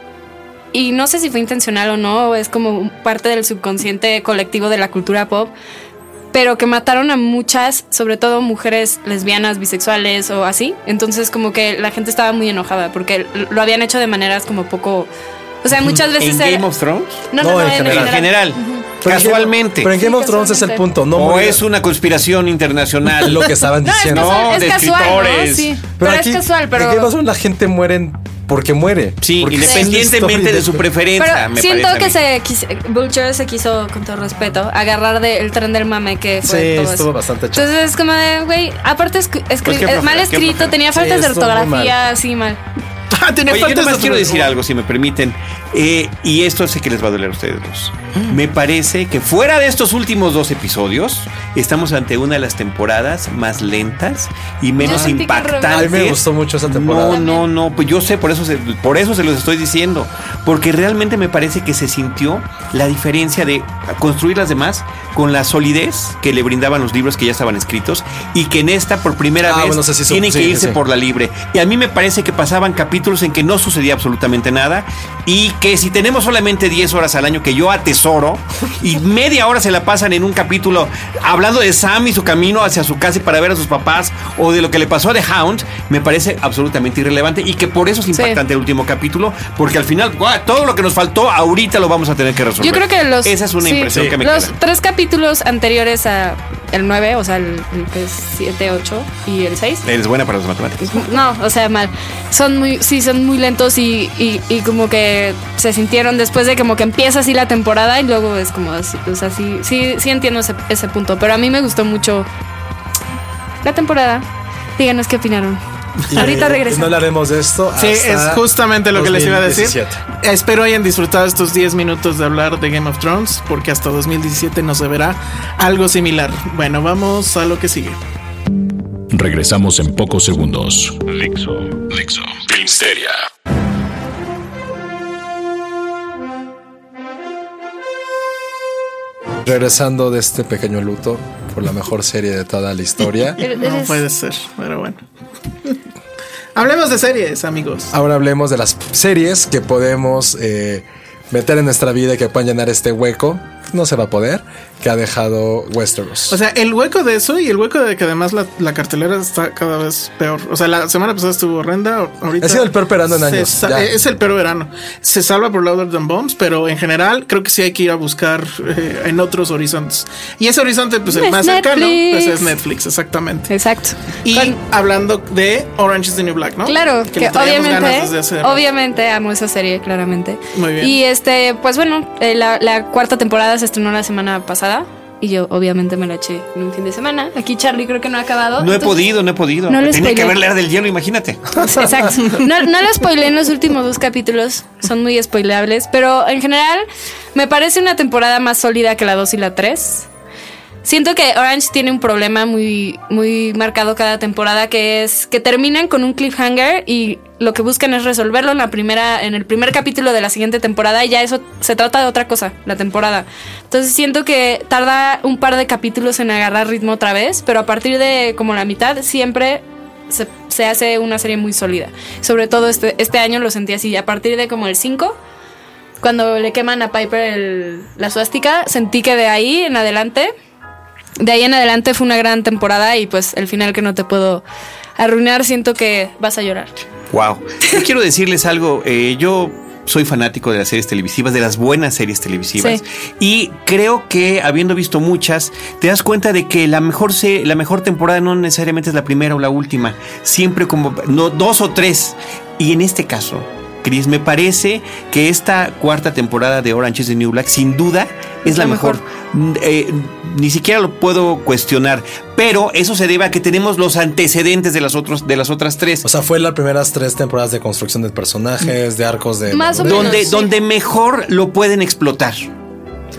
Speaker 3: y no sé si fue intencional o no, o es como parte del subconsciente colectivo de la cultura pop, pero que mataron a muchas, sobre todo mujeres lesbianas, bisexuales o así. Entonces como que la gente estaba muy enojada porque lo habían hecho de maneras como poco... O sea, muchas veces...
Speaker 6: ¿En
Speaker 3: era-
Speaker 6: Game of Thrones?
Speaker 3: no, no,
Speaker 2: No,
Speaker 3: no,
Speaker 2: en
Speaker 3: en
Speaker 6: En
Speaker 2: general.
Speaker 6: general,
Speaker 2: Pero en Game-
Speaker 6: casualmente.
Speaker 2: Pero en Game
Speaker 3: Sí,
Speaker 2: of Thrones es el
Speaker 3: casualmente.
Speaker 2: punto, no
Speaker 6: o
Speaker 2: morir.
Speaker 6: es una conspiración internacional.
Speaker 2: <laughs> lo que estaban
Speaker 3: <laughs> No, es
Speaker 2: diciendo.
Speaker 3: casual, es
Speaker 6: de
Speaker 3: casual, ¿no?
Speaker 6: escritores.
Speaker 3: Sí. Pero,
Speaker 2: aquí,
Speaker 3: es casual, pero...
Speaker 2: En Game of Thrones la gente muere porque muere.
Speaker 6: Sí,
Speaker 2: Porque es la
Speaker 6: independientemente
Speaker 2: historia
Speaker 6: de su preferencia.
Speaker 3: Pero
Speaker 6: me
Speaker 3: siento
Speaker 6: parece a
Speaker 3: que
Speaker 6: mí.
Speaker 3: se quiso- Vulture se quiso, con todo respeto, agarrar del tren del mame que fue
Speaker 2: Sí,
Speaker 3: todo eso.
Speaker 2: estuvo bastante chafa.
Speaker 3: Entonces es como de, güey, aparte es
Speaker 6: Pues qué flojera,
Speaker 3: mal
Speaker 6: qué
Speaker 3: escrito,
Speaker 6: flojera.
Speaker 3: tenía faltas
Speaker 2: Sí,
Speaker 3: de
Speaker 2: estuvo muy
Speaker 3: ortografía, así mal.
Speaker 5: Ah, tenía
Speaker 6: Oye, yo
Speaker 5: faltas
Speaker 6: nada más
Speaker 5: de-
Speaker 6: quiero decir algo, si me permiten. Eh, y esto sé que les va a doler a ustedes dos.
Speaker 2: Ah.
Speaker 6: Me parece que fuera de estos últimos dos episodios, estamos ante una de las temporadas más lentas y menos
Speaker 3: sentí que al revés.
Speaker 6: impactantes.
Speaker 2: A mí me gustó mucho esa temporada.
Speaker 6: No, no, no. Pues yo sé, por eso, se, por eso se los estoy diciendo. Porque realmente me parece que se sintió la diferencia de construir las demás con la solidez que le brindaban los libros que ya estaban escritos y que en esta, por primera
Speaker 2: Ah,
Speaker 6: vez,
Speaker 2: bueno, o sea, sí,
Speaker 6: tienen
Speaker 2: sí,
Speaker 6: que
Speaker 2: sí,
Speaker 6: irse
Speaker 2: sí.
Speaker 6: por la libre. Y a mí me parece que pasaban capítulos en que no sucedía absolutamente nada y que si tenemos solamente 10 horas al año que yo atesoro y media hora se la pasan en un capítulo hablando de Sam y su camino hacia su casa y para ver a sus papás o de lo que le pasó a The Hound, me parece absolutamente irrelevante y que por eso es impactante el último capítulo porque al final ¡guau! todo lo que nos faltó ahorita lo vamos a tener que resolver.
Speaker 3: Yo creo que los.
Speaker 6: Esa es una
Speaker 3: sí,
Speaker 6: impresión que me
Speaker 3: Los
Speaker 6: queda.
Speaker 3: tres capítulos anteriores a el 9, o sea, el, el que es 7, 8 y el 6.
Speaker 6: Eres buena para las matemáticas.
Speaker 3: No, o sea, mal. Son muy, sí, son muy lentos y, y, y como que se sintieron después de como que empieza así la temporada y luego es como así, o sea, sí, sí, sí entiendo ese, ese punto, pero a mí me gustó mucho la temporada. Díganos qué opinaron.
Speaker 2: Y eh,
Speaker 3: Ahorita
Speaker 2: No
Speaker 3: regresamos.
Speaker 2: hablaremos de esto.
Speaker 5: Sí, es
Speaker 2: hasta
Speaker 5: justamente lo que les iba a decir.
Speaker 2: 2017.
Speaker 5: Espero hayan disfrutado estos 10 minutos de hablar de Game of Thrones, porque hasta 2017 nos deberá algo similar. Bueno, vamos a lo que sigue.
Speaker 4: Regresamos en pocos segundos. Dixo, Dixo, Filmsteria.
Speaker 2: Regresando de este pequeño luto por la mejor serie de toda la historia.
Speaker 5: <laughs> No puede ser, pero bueno. <laughs> Hablemos de series, amigos.
Speaker 2: Ahora hablemos de las series que podemos eh, meter en nuestra vida y que puedan llenar este hueco. No se va a poder, que ha dejado Westeros.
Speaker 5: O sea, el hueco de eso y el hueco de que además la, la cartelera está cada vez peor. O sea, la semana pasada estuvo horrenda. Ahorita
Speaker 2: Ha sido el peor verano en
Speaker 5: se
Speaker 2: años,
Speaker 5: sa-
Speaker 2: ya.
Speaker 5: Es el peor verano. Se salva por Louder Than Bombs, pero en general creo que sí hay que ir a buscar eh, en otros horizontes. Y ese horizonte, pues el
Speaker 3: Es
Speaker 5: más cercano,
Speaker 3: Netflix.
Speaker 5: pues es Netflix, exactamente.
Speaker 3: Exacto.
Speaker 5: Y
Speaker 3: Con-
Speaker 5: hablando de Orange is the New Black, ¿no?
Speaker 3: Claro,
Speaker 5: le
Speaker 3: que,
Speaker 5: traíamos ganas
Speaker 3: obviamente,
Speaker 5: desde hace rato.
Speaker 3: obviamente amo esa serie, claramente.
Speaker 5: Muy bien.
Speaker 3: Y este, pues bueno, eh, la, la cuarta temporada se estrenó la semana pasada y yo obviamente me la eché en un fin de semana. Aquí Charlie creo que no ha acabado.
Speaker 6: No he
Speaker 3: entonces-
Speaker 6: podido, no he podido.
Speaker 3: No lo
Speaker 6: Tenía que
Speaker 3: spoileo.
Speaker 6: ver la Era del hielo, imagínate.
Speaker 3: <laughs> Exacto. No, no lo spoilé en los últimos dos capítulos, son muy spoileables, pero en general me parece una temporada más sólida que la 2 y la 3. Siento que Orange tiene un problema muy, muy marcado cada temporada, que es que terminan con un cliffhanger y lo que buscan es resolverlo en la primera, en el primer capítulo de la siguiente temporada, y ya eso se trata de otra cosa, la temporada. Entonces siento que tarda un par de capítulos en agarrar ritmo otra vez, pero a partir de como la mitad, siempre se, se hace una serie muy sólida. Sobre todo este, este año lo sentí así. A partir de como el 5, cuando le queman a Piper el- la suástica, sentí que de ahí en adelante, de ahí en adelante fue una gran temporada y pues el final que no te puedo arruinar, siento que vas a llorar.
Speaker 6: Wow. Yo quiero decirles algo. eh, yo soy fanático de las series televisivas, de las buenas series televisivas. eh,
Speaker 3: Sí.
Speaker 6: Y creo que habiendo visto muchas, te das cuenta de que la mejor, se- la mejor temporada no necesariamente es la primera o la última. Siempre como no, dos o tres. Y en este caso, Chris, me parece que esta cuarta temporada de Orange is the New Black, sin duda, es la,
Speaker 3: La
Speaker 6: mejor.
Speaker 3: mejor.
Speaker 6: Mm, eh, ni siquiera lo puedo cuestionar. Pero eso se debe a que tenemos los antecedentes de las, otros, de las otras tres.
Speaker 2: O sea, fue las primeras tres temporadas de construcción de personajes, de arcos de...
Speaker 3: Más o
Speaker 2: madurez.
Speaker 3: menos.
Speaker 6: donde,
Speaker 3: sí.
Speaker 6: donde mejor lo pueden explotar.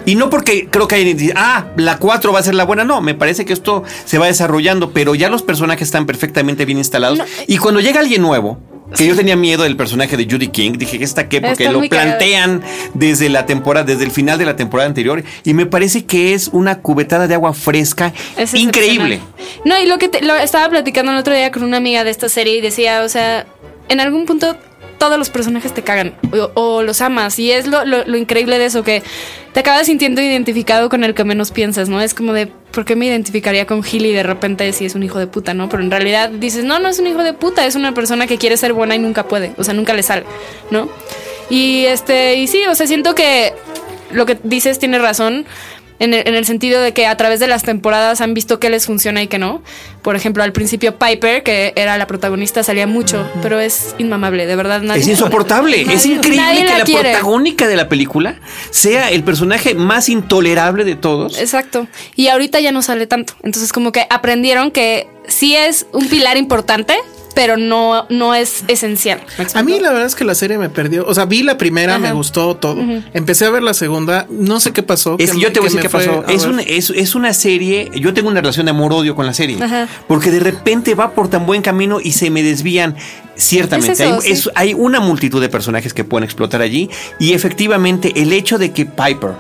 Speaker 5: Y no porque creo que hay, dice, ah, la 4 va a ser la buena, no, me parece que esto se va desarrollando, pero ya los personajes están perfectamente bien instalados.
Speaker 3: No, eh.
Speaker 5: y cuando llega alguien nuevo, que yo tenía miedo del personaje de Judy King, dije, ¿esta qué? Porque
Speaker 3: Está
Speaker 5: lo
Speaker 3: muy cagado.
Speaker 5: plantean desde la temporada, desde el final de la temporada anterior, y me parece que es una cubetada de agua fresca
Speaker 3: Es
Speaker 5: increíble.
Speaker 3: excepcional. No, y lo que te- lo estaba platicando el otro día con una amiga de esta serie y decía, o sea, en algún punto todos los personajes te cagan o, o los amas. Y es lo, lo- lo increíble de eso, que te acabas sintiendo identificado con el que menos piensas, ¿no? Es como de, ¿por qué me identificaría con Gil y de repente si es un hijo de puta, ¿no? Pero en realidad dices, no, no es un hijo de puta, es una persona que quiere ser buena y nunca puede, o sea, nunca le sale, ¿no? Y este, y sí, o sea, siento que lo que dices tiene razón. En el, en el sentido de que a través de las temporadas han visto qué les funciona y qué no. Por ejemplo, al principio Piper, que era la protagonista, salía mucho, pero es inmamable, de verdad. nadie-
Speaker 5: Es insoportable.
Speaker 3: nadie-
Speaker 5: es increíble
Speaker 3: nadie
Speaker 5: que la,
Speaker 3: quiere.
Speaker 5: protagónica de la película sea el personaje más intolerable de todos.
Speaker 3: Exacto. Y ahorita ya no sale tanto. Entonces, como que aprendieron que sí es un pilar importante, pero no, no es esencial. ¿Me explico?
Speaker 4: A mí la verdad es que la serie me perdió. O sea, vi la primera,
Speaker 3: Ajá.
Speaker 4: me gustó todo. Empecé a ver la segunda, no sé qué pasó.
Speaker 5: Es que yo te voy a decir
Speaker 4: me
Speaker 5: qué
Speaker 4: fue-
Speaker 5: pasó.
Speaker 4: a
Speaker 5: Es
Speaker 4: ver.
Speaker 5: una, es, es una serie. Yo tengo una relación de amor-odio con la serie.
Speaker 3: Ajá.
Speaker 5: Porque de repente va por tan buen camino y se me desvían. Ciertamente.
Speaker 3: Es eso,
Speaker 5: hay,
Speaker 3: sí.
Speaker 5: es- hay una multitud de personajes que pueden explotar allí. Y efectivamente, el hecho de que Piper.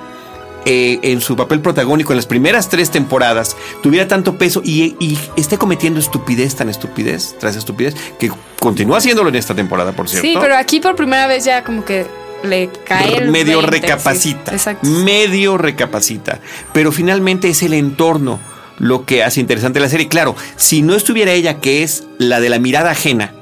Speaker 5: eh, en su papel protagónico en las primeras tres temporadas tuviera tanto peso y, y esté cometiendo estupidez tan estupidez tras estupidez que continúa haciéndolo en esta temporada por cierto
Speaker 3: Sí, pero aquí por primera vez ya como que le cae el 20,
Speaker 5: medio
Speaker 3: sí.
Speaker 5: recapacita. Mm.
Speaker 3: Exacto.
Speaker 5: Medio recapacita. Pero finalmente es el entorno lo que hace interesante la serie. Claro, si no estuviera ella, que es la de la mirada ajena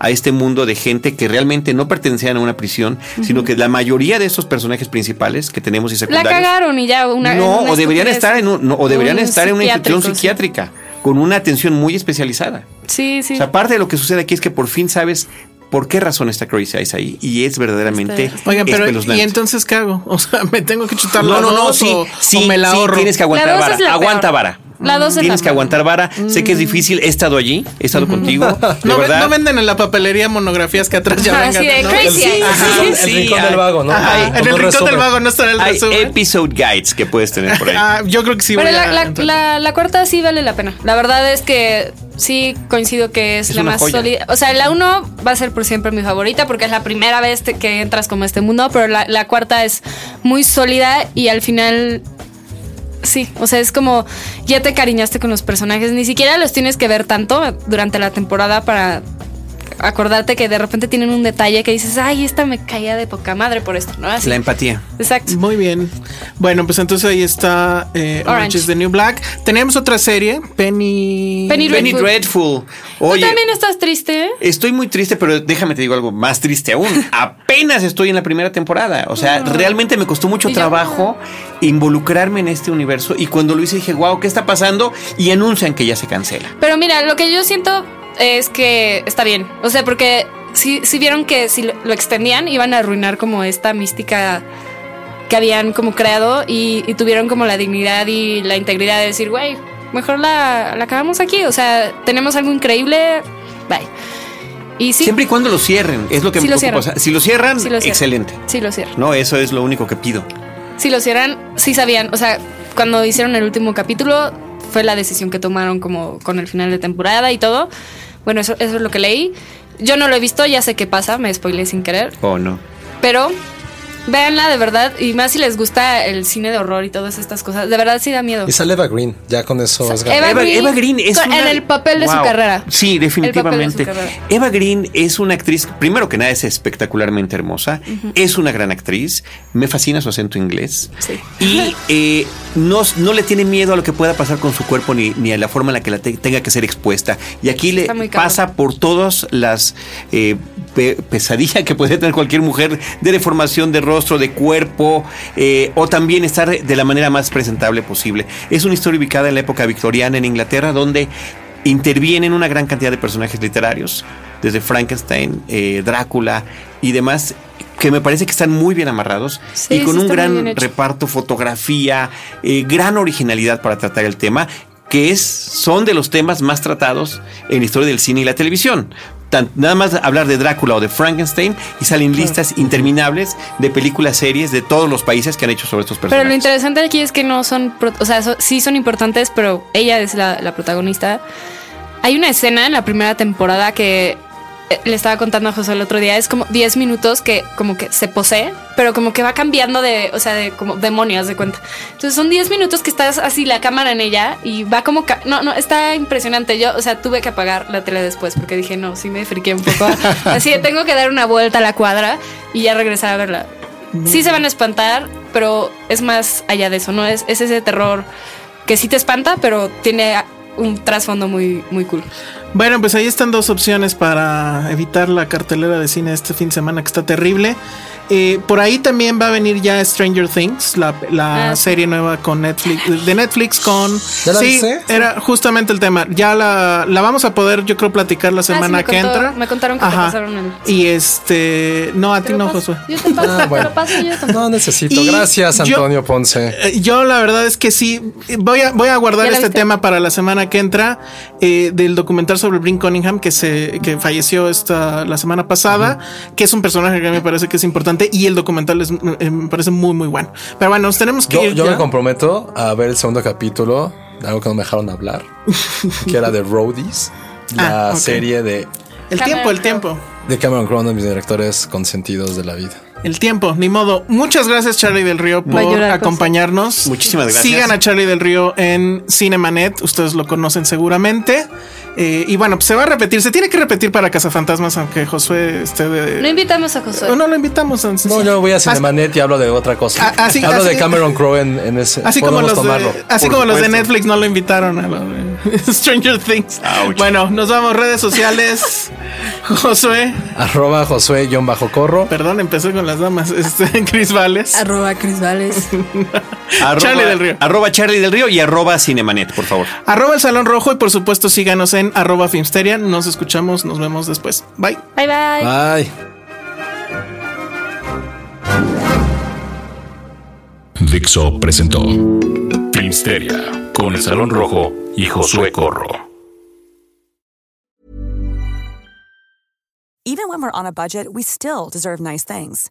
Speaker 5: a este mundo de gente que realmente no pertenecían a una prisión, sino que la mayoría de estos personajes principales que tenemos y
Speaker 3: La
Speaker 5: secundarios
Speaker 3: cagaron y ya una
Speaker 5: no,
Speaker 3: una
Speaker 5: o deberían
Speaker 3: estupidez.
Speaker 5: estar en un- no, o deberían
Speaker 3: Un
Speaker 5: estar en una institución
Speaker 3: psiquiátrico, sí.
Speaker 5: psiquiátrica con una atención muy especializada.
Speaker 3: Sí, sí.
Speaker 5: O sea, parte de lo que sucede aquí es que por fin sabes por qué razón está Crazy Eyes ahí y es verdaderamente
Speaker 3: Está-
Speaker 4: Oigan, pero ¿y
Speaker 5: espeluznante.
Speaker 4: entonces qué hago? O sea, ¿me tengo que chutar
Speaker 5: No,
Speaker 4: las
Speaker 5: no, no,
Speaker 4: dos
Speaker 5: sí,
Speaker 4: o,
Speaker 5: sí,
Speaker 4: o me la
Speaker 5: sí,
Speaker 4: ahorro?
Speaker 5: tienes que
Speaker 3: La
Speaker 5: aguantar
Speaker 3: dos
Speaker 5: vara,
Speaker 3: es la
Speaker 5: aguanta
Speaker 3: peor.
Speaker 5: vara.
Speaker 3: La dos es
Speaker 5: Tienes
Speaker 3: la
Speaker 5: que
Speaker 3: peor.
Speaker 5: aguantar vara. Sé que es difícil, he estado allí, he estado
Speaker 4: <laughs>
Speaker 5: contigo. De
Speaker 4: No, ve-
Speaker 5: verdad.
Speaker 4: no venden en la papelería monografías que atrás ya
Speaker 3: Ajá,
Speaker 4: vengan,
Speaker 3: así de
Speaker 4: ¿no?
Speaker 3: crazy.
Speaker 4: El-
Speaker 3: Ah, Sí, sí,
Speaker 4: Ajá.
Speaker 3: sí,
Speaker 2: el rincón del vago, ¿no?
Speaker 4: Ajá,
Speaker 2: Con
Speaker 4: en
Speaker 2: un
Speaker 4: el rincón
Speaker 2: resumen.
Speaker 4: del vago no estará el
Speaker 5: Hay
Speaker 4: resumen.
Speaker 5: episode guides que puedes tener por ahí.
Speaker 4: Ah, yo creo que sí.
Speaker 3: Pero
Speaker 4: voy
Speaker 3: la,
Speaker 4: a
Speaker 3: la-
Speaker 4: entrar.
Speaker 3: la- la cuarta sí vale la pena. La verdad es que sí coincido que es,
Speaker 5: Es
Speaker 3: la
Speaker 5: una
Speaker 3: más
Speaker 5: joya.
Speaker 3: sólida. O sea, la uno va a ser por siempre mi favorita porque es la primera vez te- que entras como a este mundo, pero la, la cuarta es muy sólida y al final... Sí, o sea, es como ya te cariñaste con los personajes, ni siquiera los tienes que ver tanto durante la temporada para acordarte que de repente tienen un detalle que dices, ay, esta me caía de poca madre por esto, ¿no? Así.
Speaker 5: La empatía.
Speaker 3: Exacto.
Speaker 4: Muy bien. Bueno, pues entonces ahí está eh, Orange.
Speaker 3: Orange.
Speaker 4: is the New Black. Teníamos otra serie, Penny.
Speaker 3: Penny
Speaker 5: Penny
Speaker 3: Dreadful.
Speaker 5: Dreadful.
Speaker 3: Tú
Speaker 5: Oye,
Speaker 3: también estás triste, ¿eh?
Speaker 5: Estoy muy triste, pero déjame te digo algo más
Speaker 3: <laughs>
Speaker 5: triste aún. Apenas estoy en la primera temporada. O sea, realmente me costó mucho
Speaker 3: Y yo-
Speaker 5: trabajo involucrarme en este universo. Y cuando lo hice dije, wow, ¿qué está pasando? Y anuncian que ya se cancela.
Speaker 3: Pero mira, lo que yo siento es que está bien. O sea, porque si, si vieron que si lo, lo extendían, iban a arruinar como esta mística que habían como creado y, y tuvieron como la dignidad y la integridad de decir, güey, mejor la, la acabamos aquí. O sea, tenemos algo increíble. Bye. Y sí,
Speaker 5: Siempre y cuando lo cierren, es lo que
Speaker 3: Sí
Speaker 5: me
Speaker 3: lo
Speaker 5: preocupa. O
Speaker 3: cierran.
Speaker 5: sea, si lo cierran,
Speaker 3: Sí lo cierran.
Speaker 5: excelente.
Speaker 3: sí lo cierro.
Speaker 5: No, eso es lo único que pido.
Speaker 3: Si lo cierran, sí sabían. O sea, cuando hicieron el último capítulo, fue la decisión que tomaron como con el final de temporada y todo. Bueno, eso, eso es lo que leí. Yo no lo he visto, ya sé qué pasa, me spoilé sin querer.
Speaker 5: Oh, no.
Speaker 3: Pero véanla de verdad, y más si les gusta el cine de horror y todas estas cosas. De verdad sí da miedo.
Speaker 2: Y sale Eva Green, ya con eso es ganancia.
Speaker 3: Eva Green,
Speaker 5: es
Speaker 3: con- en
Speaker 5: una-
Speaker 3: el papel de su
Speaker 5: Wow.
Speaker 3: carrera.
Speaker 5: Sí, definitivamente.
Speaker 3: El papel de su carrera.
Speaker 5: Eva Green es una actriz, primero que nada es espectacularmente hermosa, es una gran actriz, me fascina su acento inglés
Speaker 3: Sí.
Speaker 5: y eh, no, no le tiene miedo a lo que pueda pasar con su cuerpo ni, ni a la forma en la que la te- tenga que ser expuesta. Y aquí le
Speaker 3: Está muy cabrón.
Speaker 5: eh, pasa por todas las eh, pe- pesadillas que puede tener cualquier mujer de deformación de rostro, de cuerpo, eh, o también estar de la manera más presentable posible. Es una historia ubicada en la época victoriana en Inglaterra, donde intervienen una gran cantidad de personajes literarios, desde Frankenstein, eh, Drácula y demás, que me parece que están muy bien amarrados
Speaker 3: Sí,
Speaker 5: y con
Speaker 3: sí
Speaker 5: un
Speaker 3: está muy bien
Speaker 5: gran
Speaker 3: hecho.
Speaker 5: reparto, fotografía, eh, gran originalidad para tratar el tema, que es, son de los temas más tratados en la historia del cine y la televisión. tan- nada más hablar de Drácula o de Frankenstein y salen listas interminables de películas, series de todos los países que han hecho sobre estos
Speaker 3: Pero
Speaker 5: personajes.
Speaker 3: lo interesante aquí es que no son, pro- o sea, so- sí son importantes, pero ella es la, la protagonista. Hay una escena en la primera temporada que eh, le estaba contando a José el otro día, es como 10 minutos que como que se posee, pero como que va cambiando de, o sea, de como demonios de cuenta. Entonces son 10 minutos que estás así la cámara en ella y va como ca- no, no, está impresionante. Yo, o sea, tuve que apagar la tele después porque dije, "No, sí me friqué un poco." así de, tengo que dar una vuelta a la cuadra y ya regresar a verla. Sí se van a espantar, pero es más allá de eso, ¿no? Es, es ese terror que sí te espanta, pero tiene ah, un trasfondo muy, muy cool.
Speaker 4: Bueno, pues ahí están dos opciones para evitar la cartelera de cine este fin de semana que está terrible. Eh, por ahí también va a venir ya Stranger Things, la, la
Speaker 3: Ah, sí.
Speaker 4: serie nueva con Netflix, de Netflix con...
Speaker 2: ¿Ya la
Speaker 4: sí,
Speaker 2: viste? Ah,
Speaker 4: era justamente el tema. Ya la, la vamos a poder, yo creo, platicar la semana
Speaker 3: Ah, me
Speaker 4: que
Speaker 3: contó-
Speaker 4: entra.
Speaker 3: me contaron que te pasaron el-
Speaker 4: Y este... No, a ti
Speaker 3: Pero
Speaker 4: no,
Speaker 3: paso-
Speaker 4: Josué.
Speaker 3: Yo te paso,
Speaker 2: Ah, bueno.
Speaker 3: pero paso yo te
Speaker 2: No necesito.
Speaker 4: Y
Speaker 2: Gracias,
Speaker 4: yo-
Speaker 2: Antonio Ponce.
Speaker 4: Eh, Yo la verdad es que sí, eh, voy a, voy a guardar
Speaker 3: ¿Ya la
Speaker 4: este
Speaker 3: viste?
Speaker 4: tema para la semana que entra eh, del documental sobre Brink Cunningham que se que falleció esta la semana pasada, que es un personaje que me parece que es importante y el documental es, eh, me parece muy muy bueno. Pero bueno, nos tenemos que
Speaker 2: Yo,
Speaker 4: ir
Speaker 2: yo
Speaker 4: ya.
Speaker 2: me comprometo a ver el segundo capítulo, de algo que no me dejaron hablar, que era de Roadies, la
Speaker 4: <laughs> Ah, ok.
Speaker 2: serie de,
Speaker 4: El
Speaker 3: Cameron
Speaker 4: tiempo, el
Speaker 3: Crowe.
Speaker 4: tiempo.
Speaker 2: de Cameron Crowe, uno de mis directores consentidos de la vida.
Speaker 4: El tiempo, ni modo. Muchas gracias Charlie del Río
Speaker 3: Va a
Speaker 4: por
Speaker 3: llorar, José.
Speaker 4: acompañarnos.
Speaker 5: Muchísimas gracias.
Speaker 4: Sigan a Charlie del Río en Cinemanet, ustedes lo conocen seguramente. Eh, y bueno, pues se va a repetir, se tiene que repetir para Cazafantasmas, aunque Josué esté de...
Speaker 3: No invitamos a Josué.
Speaker 4: No lo invitamos. entonces.
Speaker 2: No, yo voy a
Speaker 4: Así-
Speaker 2: Cinemanet y hablo de otra cosa.
Speaker 4: A- así-
Speaker 2: hablo de
Speaker 4: así-
Speaker 2: Cameron Crowe en, en ese.
Speaker 4: Así como,
Speaker 2: podemos
Speaker 4: los
Speaker 2: tomarlo.
Speaker 4: de, así
Speaker 5: por
Speaker 4: como los de
Speaker 5: supuesto.
Speaker 4: Netflix no lo invitaron a lo de <laughs> Stranger Things. Bueno, nos vamos, redes sociales. <laughs> Josué,
Speaker 2: Arroba Josué-Corro.
Speaker 4: perdón, empecé con las damas. Este, <laughs> Chris Vales.
Speaker 3: Arroba
Speaker 4: <laughs>
Speaker 3: Cris Vales.
Speaker 5: Arroba-
Speaker 4: Charlie del Río.
Speaker 5: Arroba Charlie del Río y arroba Cinemanet, por favor.
Speaker 4: Arroba el Salón Rojo y por supuesto síganos en arroba Filmsteria. Nos escuchamos, nos vemos después. Bye.
Speaker 3: bye. bye.
Speaker 2: Bye.
Speaker 1: Dixo presentó Filmsteria con el Salón Rojo y Josué Corro.
Speaker 7: Even when we're on a budget, we still deserve nice things.